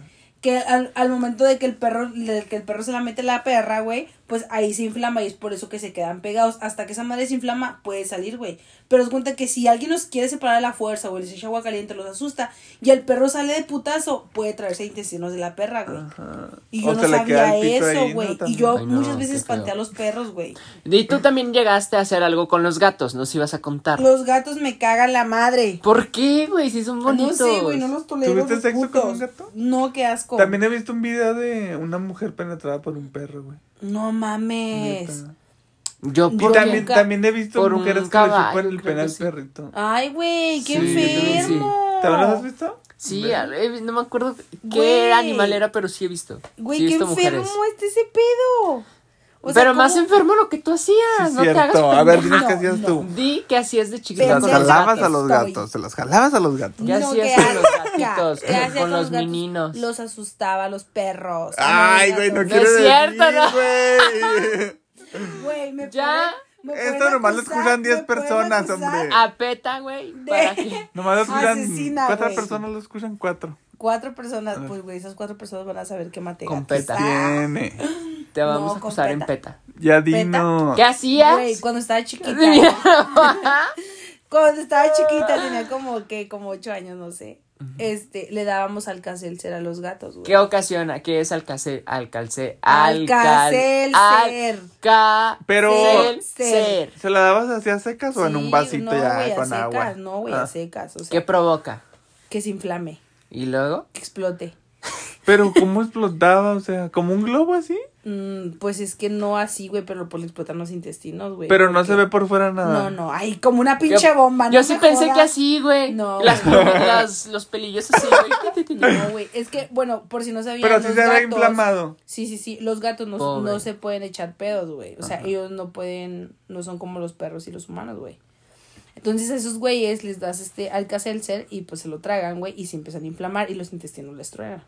Speaker 2: Que al, al momento de que el perro, de que el perro se la mete la perra, güey, pues ahí se inflama y es por eso que se quedan pegados. Hasta que esa madre se inflama, puede salir, güey. Pero es cuenta que si alguien los quiere separar de la fuerza, güey, les echa agua caliente, los asusta, y el perro sale de putazo, puede traerse intestinos de la perra, güey.
Speaker 3: Ajá.
Speaker 2: Y yo
Speaker 3: O
Speaker 2: no
Speaker 3: se le queda
Speaker 2: sabía
Speaker 3: el pito ahí,
Speaker 2: eso,
Speaker 3: ¿no?
Speaker 2: güey. Y
Speaker 3: También.
Speaker 2: yo
Speaker 1: Ay, no,
Speaker 2: muchas veces
Speaker 1: qué feo.
Speaker 2: espanté a los perros, güey.
Speaker 1: Y tú también llegaste a hacer algo con los gatos, nos ibas a contar.
Speaker 2: Los gatos me cagan la madre.
Speaker 1: ¿Por qué, güey? Si son bonitos.
Speaker 2: Ah, No sé, güey, no los tolero.
Speaker 3: ¿Tuviste
Speaker 2: los
Speaker 3: sexo con
Speaker 2: putos.
Speaker 3: un gato?
Speaker 2: No, qué asco.
Speaker 3: También he visto un video de una mujer penetrada por un perro, güey.
Speaker 2: No mames.
Speaker 3: Neta.
Speaker 1: Yo
Speaker 2: Y
Speaker 3: Y
Speaker 1: por
Speaker 3: también,
Speaker 2: ca-
Speaker 3: también he visto
Speaker 1: por un
Speaker 3: mujeres que le
Speaker 1: caballo,
Speaker 3: chupan el
Speaker 1: creo
Speaker 3: pene
Speaker 1: que
Speaker 3: al
Speaker 1: sí.
Speaker 3: perrito.
Speaker 2: Ay, güey, Ah, qué
Speaker 1: Sí, yo también
Speaker 2: enfermo.
Speaker 3: ¿También los has visto?
Speaker 1: Sí,
Speaker 3: Ve.
Speaker 1: a- eh, no me acuerdo qué
Speaker 2: Güey.
Speaker 1: animal era, pero sí he visto.
Speaker 2: Güey,
Speaker 1: Sí he
Speaker 2: qué
Speaker 1: visto
Speaker 2: enfermo
Speaker 1: mujeres.
Speaker 2: está ese pedo. O sea,
Speaker 1: pero más
Speaker 2: ¿cómo?
Speaker 1: enfermo lo que tú hacías,
Speaker 3: Sí,
Speaker 1: no te hagas.
Speaker 3: cierto. A ver,
Speaker 1: pendeja.
Speaker 3: dinos qué hacías
Speaker 2: No,
Speaker 3: tú.
Speaker 1: Di que hacías de chiquita
Speaker 3: Se
Speaker 2: Pero
Speaker 3: las
Speaker 1: con
Speaker 2: no
Speaker 1: los
Speaker 3: jalabas a
Speaker 1: gatos.
Speaker 3: los
Speaker 2: estoy.
Speaker 3: gatos, se las jalabas a los gatos.
Speaker 1: Ya
Speaker 2: No,
Speaker 1: hacías
Speaker 2: qué
Speaker 1: con los
Speaker 2: asco.
Speaker 1: gatitos,
Speaker 2: ¿Qué hacía
Speaker 1: con los
Speaker 2: gatos?
Speaker 1: meninos.
Speaker 2: Los asustaba a los perros.
Speaker 3: Ay, güey, no
Speaker 1: No
Speaker 2: quiero.
Speaker 3: quiero
Speaker 1: es cierto,
Speaker 3: decir, güey.
Speaker 2: Güey, me
Speaker 1: Ya.
Speaker 2: ponen- Me
Speaker 3: Esto
Speaker 2: pueden
Speaker 3: nomás lo
Speaker 2: acusar,
Speaker 3: escuchan
Speaker 2: me
Speaker 3: 10
Speaker 2: pueden
Speaker 3: personas,
Speaker 2: acusar.
Speaker 3: hombre.
Speaker 1: A PETA, güey.
Speaker 2: De-
Speaker 1: Para que...
Speaker 3: Nomás lo escuchan.
Speaker 2: Asesina,
Speaker 3: cuatro
Speaker 2: güey.
Speaker 3: personas lo escuchan cuatro.
Speaker 2: Cuatro personas, pues güey, esas cuatro personas van a saber que maté.
Speaker 1: Con
Speaker 2: gatos.
Speaker 1: peta.
Speaker 2: Ah,
Speaker 3: Tiene.
Speaker 1: Te vamos
Speaker 2: No,
Speaker 1: a acusar
Speaker 2: con
Speaker 1: en PETA.
Speaker 3: Ya dino.
Speaker 1: ¿Qué hacías?
Speaker 2: Güey, cuando estaba chiquita.
Speaker 1: Mira.
Speaker 2: Cuando estaba chiquita, tenía como que, como ocho años, no sé. Este, le dábamos al a los gatos, güey.
Speaker 1: ¿Qué ocasiona? ¿Qué es alcance? Alcance.
Speaker 2: Alcalcer.
Speaker 1: Alca-
Speaker 3: Pero-
Speaker 1: cel-
Speaker 2: Ser.
Speaker 1: ser.
Speaker 3: ¿Se la dabas así a secas o en
Speaker 2: Sí,
Speaker 3: un vasito
Speaker 2: no,
Speaker 3: ya
Speaker 2: güey, a
Speaker 3: con
Speaker 2: secas,
Speaker 3: agua?
Speaker 2: No, güey,
Speaker 3: Ah.
Speaker 2: a secas. O sea,
Speaker 1: ¿Qué provoca?
Speaker 2: que se inflame,
Speaker 1: ¿Y luego?
Speaker 2: que explote.
Speaker 3: Pero ¿cómo explotaba? O sea, ¿como un globo así?
Speaker 2: Mm, pues es que no así, güey, pero por explotar los intestinos, güey.
Speaker 3: Pero no
Speaker 2: porque-
Speaker 3: se ve por fuera nada.
Speaker 2: No, no, ay, como una pinche
Speaker 1: Yo-
Speaker 2: bomba.
Speaker 1: Yo
Speaker 2: no
Speaker 1: sí
Speaker 2: me
Speaker 1: pensé
Speaker 2: jodas.
Speaker 1: que así, güey.
Speaker 2: No.
Speaker 1: Las, las- los pelillos así, güey.
Speaker 2: No, güey, es que, bueno, por si no sabían.
Speaker 3: Pero sí
Speaker 2: los
Speaker 3: se ve
Speaker 2: gatos-
Speaker 3: inflamado.
Speaker 2: Sí, sí, sí, los gatos no,
Speaker 1: Pobre.
Speaker 2: no se pueden echar pedos, güey. O sea, ellos no pueden, no son como los perros y los humanos, güey. Entonces a esos güeyes les das este alcacelcer y pues se lo tragan, güey, y se empiezan a inflamar y los intestinos les truenan.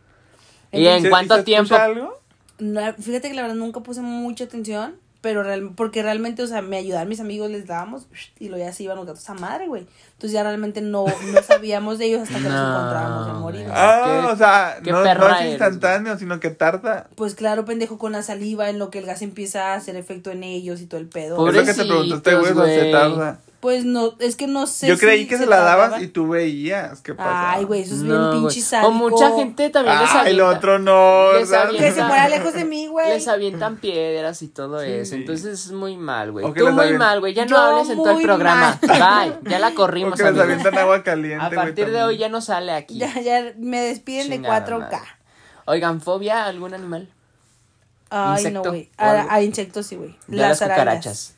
Speaker 1: Y en-
Speaker 3: ¿Se-
Speaker 1: cuánto
Speaker 3: se escucha
Speaker 1: tiempo?
Speaker 3: algo?
Speaker 2: No, fíjate que la verdad nunca puse mucha atención, pero real- porque realmente, o sea, me ayudaban mis amigos, les dábamos y luego ya se iban los gatos a madre, güey. Entonces ya realmente no, no sabíamos de ellos hasta que
Speaker 1: No,
Speaker 2: nos encontrábamos de morir.
Speaker 1: güey.
Speaker 3: Ah,
Speaker 1: ¿Qué-
Speaker 3: o sea,
Speaker 1: qué
Speaker 3: no, no
Speaker 1: perra
Speaker 3: es
Speaker 1: eres,
Speaker 3: instantáneo, sino que tarda.
Speaker 2: Pues claro, pendejo, con la saliva en lo que el gas empieza a hacer efecto en ellos y todo el pedo.
Speaker 1: Pobre-
Speaker 3: es lo que te preguntaste, güey, o sea, se
Speaker 1: Pobrecitos, güey.
Speaker 3: tarda.
Speaker 2: Pues no, es que no sé
Speaker 3: Yo creí
Speaker 2: si
Speaker 3: que se la dabas
Speaker 2: tardaban.
Speaker 3: y tú veías qué pasaba.
Speaker 2: Ay, güey, eso es
Speaker 1: No,
Speaker 2: bien
Speaker 1: güey.
Speaker 2: pinche sádico.
Speaker 1: O mucha gente también les
Speaker 3: Ah, el
Speaker 1: avienta.
Speaker 3: otro no,
Speaker 1: Les
Speaker 3: ¿verdad?
Speaker 1: avienta.
Speaker 2: Que se muera lejos de mí, güey.
Speaker 1: Les avientan piedras y todo eso.
Speaker 3: Sí.
Speaker 1: Entonces es muy mal, güey.
Speaker 3: O que
Speaker 1: Tú
Speaker 3: les
Speaker 1: muy
Speaker 3: avien-
Speaker 1: mal, güey. Ya no
Speaker 2: Yo
Speaker 1: hables en todo el
Speaker 2: muy
Speaker 1: programa. Bye. Ya la
Speaker 3: O
Speaker 1: corrimos.
Speaker 3: que les
Speaker 1: amigo.
Speaker 3: avientan agua caliente,
Speaker 1: A
Speaker 3: güey,
Speaker 1: partir de
Speaker 3: también.
Speaker 1: hoy ya no sale aquí.
Speaker 2: Ya, ya me despiden
Speaker 1: Chingada
Speaker 2: de 4K.
Speaker 1: madre. Oigan, fobia a algún animal.
Speaker 2: Ay,
Speaker 1: Insecto,
Speaker 2: no, güey.
Speaker 1: o
Speaker 2: A,
Speaker 1: algo.
Speaker 2: a insectos sí, güey.
Speaker 1: Ya las,
Speaker 2: arañas.
Speaker 1: cucarachas.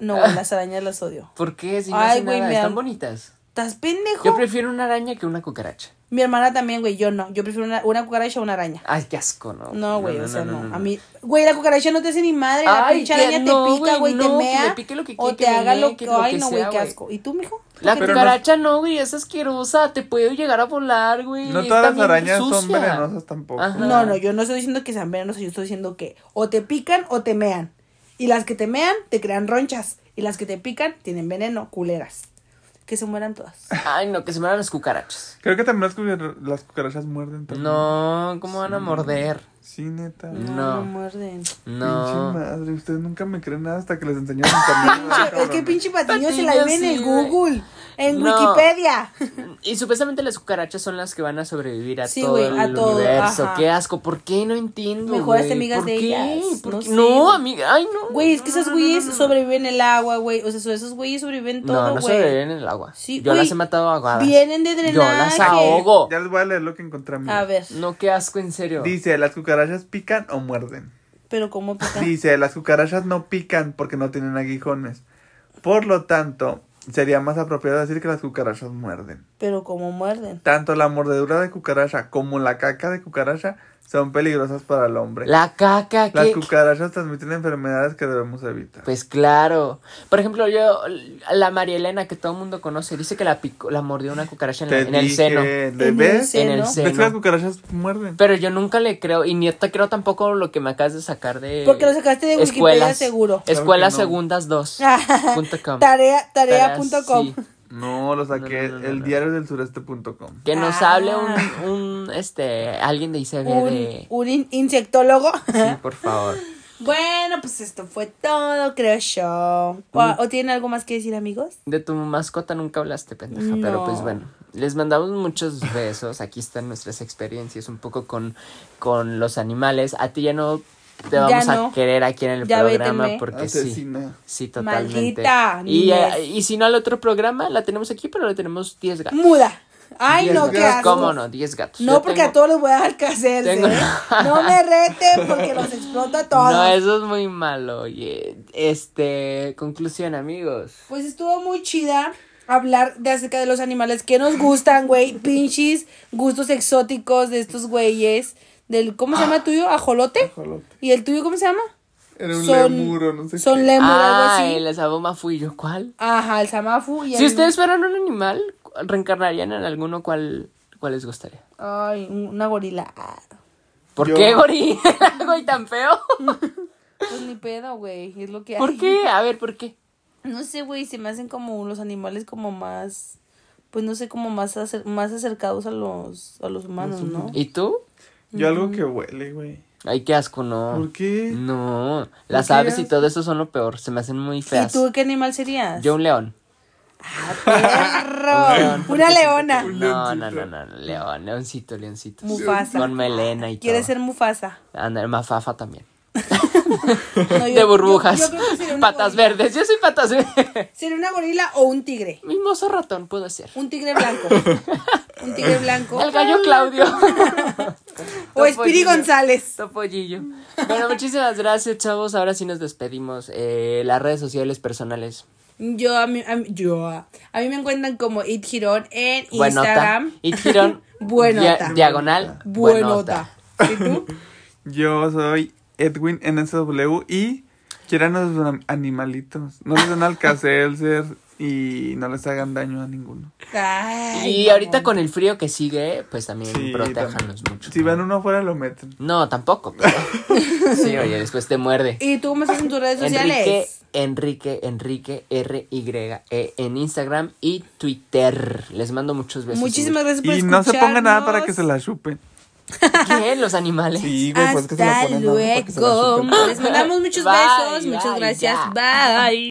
Speaker 2: No, güey, las arañas las odio.
Speaker 1: ¿Por qué? Si no
Speaker 2: Ay,
Speaker 1: hacen
Speaker 2: güey,
Speaker 1: nada.
Speaker 2: me
Speaker 1: Están
Speaker 2: dan-
Speaker 1: bonitas.
Speaker 2: ¿Estás pendejo?
Speaker 1: Yo prefiero una araña que una cucaracha.
Speaker 2: Mi hermana también, güey. Yo no. Yo prefiero una, una cucaracha a una araña.
Speaker 1: Ay, qué asco, ¿no?
Speaker 2: No, güey, o sea, no.
Speaker 1: no, no.
Speaker 2: A mí, güey, la cucaracha no te hace ni madre. La
Speaker 1: Ay,
Speaker 2: pinche
Speaker 1: que
Speaker 2: araña
Speaker 1: no,
Speaker 2: te pica,
Speaker 1: güey,
Speaker 2: güey, te
Speaker 1: no, que
Speaker 2: mea.
Speaker 1: me pique lo que-
Speaker 2: o
Speaker 1: que-
Speaker 2: te
Speaker 1: que me
Speaker 2: haga
Speaker 1: llegue,
Speaker 2: lo que.
Speaker 1: lo que
Speaker 2: Ay, no,
Speaker 1: sea,
Speaker 2: güey, qué
Speaker 1: güey.
Speaker 2: asco. ¿Y tú, mijo?
Speaker 1: La
Speaker 3: Pero no-
Speaker 1: cucaracha no, güey, es asquerosa. Te puede llegar a volar, güey.
Speaker 3: No
Speaker 1: está
Speaker 3: todas las
Speaker 1: bien
Speaker 3: arañas son
Speaker 1: sucia.
Speaker 3: venenosas tampoco.
Speaker 1: Ajá.
Speaker 2: No, no, yo no estoy diciendo que sean venenosas. Yo estoy diciendo que o te pican o te mean. Y las que te mean te crean ronchas. Y las que te pican tienen veneno, culeras. Que se mueran todas.
Speaker 1: Ay, no, que se mueran las cucarachas.
Speaker 3: Creo que también las, cucar- las cucarachas muerden también.
Speaker 1: No, ¿cómo van a morder?
Speaker 3: Sí, neta.
Speaker 1: No.
Speaker 2: No, no muerden.
Speaker 3: Pinche
Speaker 1: No.
Speaker 3: madre, ustedes nunca me creen nada hasta que les enseño mi camino.
Speaker 2: Pinche- es que pinche patiño se la
Speaker 1: Ah, Patiño,
Speaker 2: vive en
Speaker 1: sí,
Speaker 2: el
Speaker 1: güey.
Speaker 2: Google, en
Speaker 1: No.
Speaker 2: Wikipedia.
Speaker 1: Y supuestamente las cucarachas son las que van a sobrevivir a
Speaker 2: Sí,
Speaker 1: todo
Speaker 2: güey,
Speaker 1: el
Speaker 2: a todo,
Speaker 1: universo.
Speaker 2: ajá.
Speaker 1: Qué asco, ¿por qué? No entiendo.
Speaker 2: Mejores
Speaker 1: güey.
Speaker 2: amigas
Speaker 1: ¿Por
Speaker 2: de
Speaker 1: qué?
Speaker 2: ellas,
Speaker 1: ¿Por
Speaker 2: no
Speaker 1: qué?
Speaker 2: sé,
Speaker 1: No,
Speaker 2: güey.
Speaker 1: amiga, ay, no.
Speaker 2: Güey, es que
Speaker 1: no, no,
Speaker 2: esas
Speaker 1: no,
Speaker 2: güeyes
Speaker 1: no, no.
Speaker 2: sobreviven el agua, güey. O sea, so- esos güeyes sobreviven todo,
Speaker 1: No,
Speaker 2: güey.
Speaker 1: no sobreviven en el agua.
Speaker 2: Sí,
Speaker 1: Yo
Speaker 2: güey,
Speaker 1: las he matado ahogadas.
Speaker 2: Vienen de
Speaker 1: Yo las
Speaker 2: drenaje.
Speaker 1: ahogo.
Speaker 3: Ya les voy a leer lo que encontré. mira.
Speaker 2: A ver,
Speaker 1: No, qué asco, en serio.
Speaker 3: Dice, ¿las cucarachas pican o muerden?
Speaker 2: pero ¿cómo pican?
Speaker 3: Dice, las cucarachas no pican porque no tienen aguijones. Por lo tanto, sería más apropiado decir que las cucarachas muerden.
Speaker 2: Pero ¿cómo muerden?
Speaker 3: Tanto la mordedura de cucaracha como la caca de cucaracha son peligrosas para el hombre.
Speaker 1: La caca,
Speaker 3: Las
Speaker 1: qué.
Speaker 3: cucarachas transmiten enfermedades que debemos evitar.
Speaker 1: Pues claro. Por ejemplo, yo, la María Elena que todo el mundo conoce, dice que la picó, la mordió una cucaracha en, la-
Speaker 3: Te
Speaker 1: en el
Speaker 3: dije,
Speaker 1: seno.
Speaker 3: ¿le
Speaker 2: En el
Speaker 3: ¿ves?
Speaker 2: seno.
Speaker 1: En el
Speaker 2: ¿Ves
Speaker 3: ¿Ves que las
Speaker 1: seno.
Speaker 3: cucarachas muerden?
Speaker 1: Pero yo nunca le creo, y ni te creo tampoco lo que me acabas de sacar de.
Speaker 2: Porque lo sacaste de Wikipedia seguro.
Speaker 3: Claro que
Speaker 1: Escuelas
Speaker 3: no.
Speaker 1: segundas 2. punto com.
Speaker 2: Tarea,
Speaker 1: Tareas,
Speaker 2: tarea.com.
Speaker 1: sí.
Speaker 3: No, lo saqué
Speaker 1: No, no, no,
Speaker 3: el
Speaker 1: no.
Speaker 3: diario del sureste.com.
Speaker 1: Que nos
Speaker 2: Ah.
Speaker 1: hable un, un, este, alguien de ICB
Speaker 2: Un,
Speaker 1: de.
Speaker 2: un in- insectólogo.
Speaker 1: Sí, por favor.
Speaker 2: bueno, pues esto fue todo, creo yo. ¿O,
Speaker 1: Mm.
Speaker 2: o tienen algo más que decir, amigos?
Speaker 1: De tu mascota nunca hablaste, pendeja, pero
Speaker 2: No.
Speaker 1: pues bueno. Les mandamos muchos besos. Aquí están nuestras experiencias un poco con, con los animales. A ti ya no te
Speaker 2: Ya
Speaker 1: vamos
Speaker 2: no.
Speaker 1: a querer aquí en el
Speaker 2: Ya
Speaker 1: programa
Speaker 2: vétenme.
Speaker 1: porque sí.
Speaker 3: Asesina.
Speaker 1: Sí, totalmente.
Speaker 2: Maldita
Speaker 1: y,
Speaker 2: niñez.
Speaker 1: eh, y si no al otro programa, la tenemos aquí, pero le tenemos 10 gatos.
Speaker 2: Muda. Ay,
Speaker 1: Diez
Speaker 2: no,
Speaker 1: gatos.
Speaker 2: qué asco.
Speaker 1: ¿Cómo no? 10 gatos.
Speaker 2: No,
Speaker 1: Yo
Speaker 2: porque
Speaker 1: tengo-
Speaker 2: a todos los voy a dar cacer.
Speaker 1: Tengo-
Speaker 2: No me reten porque los exploto a todos.
Speaker 1: No, eso es muy malo, oye. Este, conclusión, amigos.
Speaker 2: Pues estuvo muy chida hablar de acerca de los animales que nos gustan, güey. Pinches gustos exóticos de estos güeyes. Del, ¿Cómo se llama el tuyo? ¿Ajolote?
Speaker 3: Ah. Ajolote.
Speaker 2: ¿Y el tuyo cómo se llama?
Speaker 3: Era un lemuro, no sé
Speaker 2: Son
Speaker 3: qué.
Speaker 2: lemur,
Speaker 1: ah,
Speaker 2: algo así.
Speaker 1: el saboma fui yo, ¿cuál?
Speaker 2: Ajá, el samafu y
Speaker 1: Si
Speaker 2: el-
Speaker 1: ustedes fueran un animal, ¿cu- ¿reencarnarían en alguno? ¿Cuál, cuál les gustaría?
Speaker 2: Ay, una gorila. Ah.
Speaker 1: ¿Por
Speaker 3: Yo-
Speaker 1: qué, Gori? Algo y tan feo.
Speaker 2: Pues ni pedo, güey. Es lo que
Speaker 4: ¿Por
Speaker 2: hay.
Speaker 4: qué? A ver, ¿por qué?
Speaker 2: No sé, güey. Se me hacen como los animales como más. Pues no sé, como más, acer- más acercados a los, a los humanos, ¿no?
Speaker 1: ¿Y tú?
Speaker 3: Yo algo que huele, güey.
Speaker 1: Ay, qué asco, no.
Speaker 3: ¿Por qué?
Speaker 1: No, las
Speaker 3: qué
Speaker 1: aves y
Speaker 3: asco?
Speaker 1: todo eso son lo peor, se me hacen muy
Speaker 2: ¿Y
Speaker 1: feas.
Speaker 2: tú qué animal serías?
Speaker 1: Yo un león.
Speaker 2: Perro.
Speaker 1: Un león, porque
Speaker 2: Una
Speaker 1: siento
Speaker 2: leona.
Speaker 1: que- No, no, no, no, no, león, leoncito, leoncito.
Speaker 2: Mufasa.
Speaker 1: Con melena y
Speaker 2: ¿Quieres
Speaker 1: todo.
Speaker 2: ser Mufasa?
Speaker 1: Anda, mafafa también.
Speaker 2: No, yo-
Speaker 1: de
Speaker 2: yo-
Speaker 1: burbujas.
Speaker 2: yo creo que sería una
Speaker 1: patas
Speaker 2: gorila.
Speaker 1: verdes, yo soy patas verdes.
Speaker 2: ¿Sería una gorila o un tigre?
Speaker 1: Mimoso ratón puedo ser.
Speaker 2: Un tigre blanco. un tigre blanco.
Speaker 1: El gallo Claudio.
Speaker 2: O Espiri
Speaker 1: Topollillo.
Speaker 2: González.
Speaker 1: Topollillo. Bueno, muchísimas gracias, chavos. Ahora sí nos despedimos. Eh, las redes sociales personales.
Speaker 2: Yo a mí, a mí- yo a, a mí me encuentran como It Girón en
Speaker 1: Buenota.
Speaker 2: Instagram.
Speaker 1: Y Tirón.
Speaker 2: Buenota.
Speaker 1: dia- diagonal.
Speaker 2: Buenota. ¿Y tú?
Speaker 3: Yo soy Edwin NSW y quieran a sus an- animalitos. No les den alcacelser y no les hagan daño a ninguno.
Speaker 2: Ay,
Speaker 1: Y
Speaker 2: mamón.
Speaker 1: ahorita con el frío que sigue, pues también
Speaker 3: Sí,
Speaker 1: protéjanos
Speaker 3: también.
Speaker 1: mucho.
Speaker 3: Si ven uno afuera, lo meten.
Speaker 1: No, tampoco. pero- Sí, oye, después te muerde.
Speaker 2: ¿Y tú cómo estás en tus redes
Speaker 1: Enrique,
Speaker 2: sociales?
Speaker 1: Enrique, Enrique, R-Y-E en Instagram y Twitter. Les mando muchos besos.
Speaker 2: Muchísimas gracias por
Speaker 3: Y no se ponga nada para que
Speaker 2: Pues, escucharnos.
Speaker 3: se la pues chupen.
Speaker 1: gracias. ¿Qué? Los animales. pues,
Speaker 2: Hasta luego. Les mandamos muchos
Speaker 1: Bye,
Speaker 2: besos. Muchas
Speaker 1: bye,
Speaker 2: gracias.
Speaker 1: ya.
Speaker 2: Bye.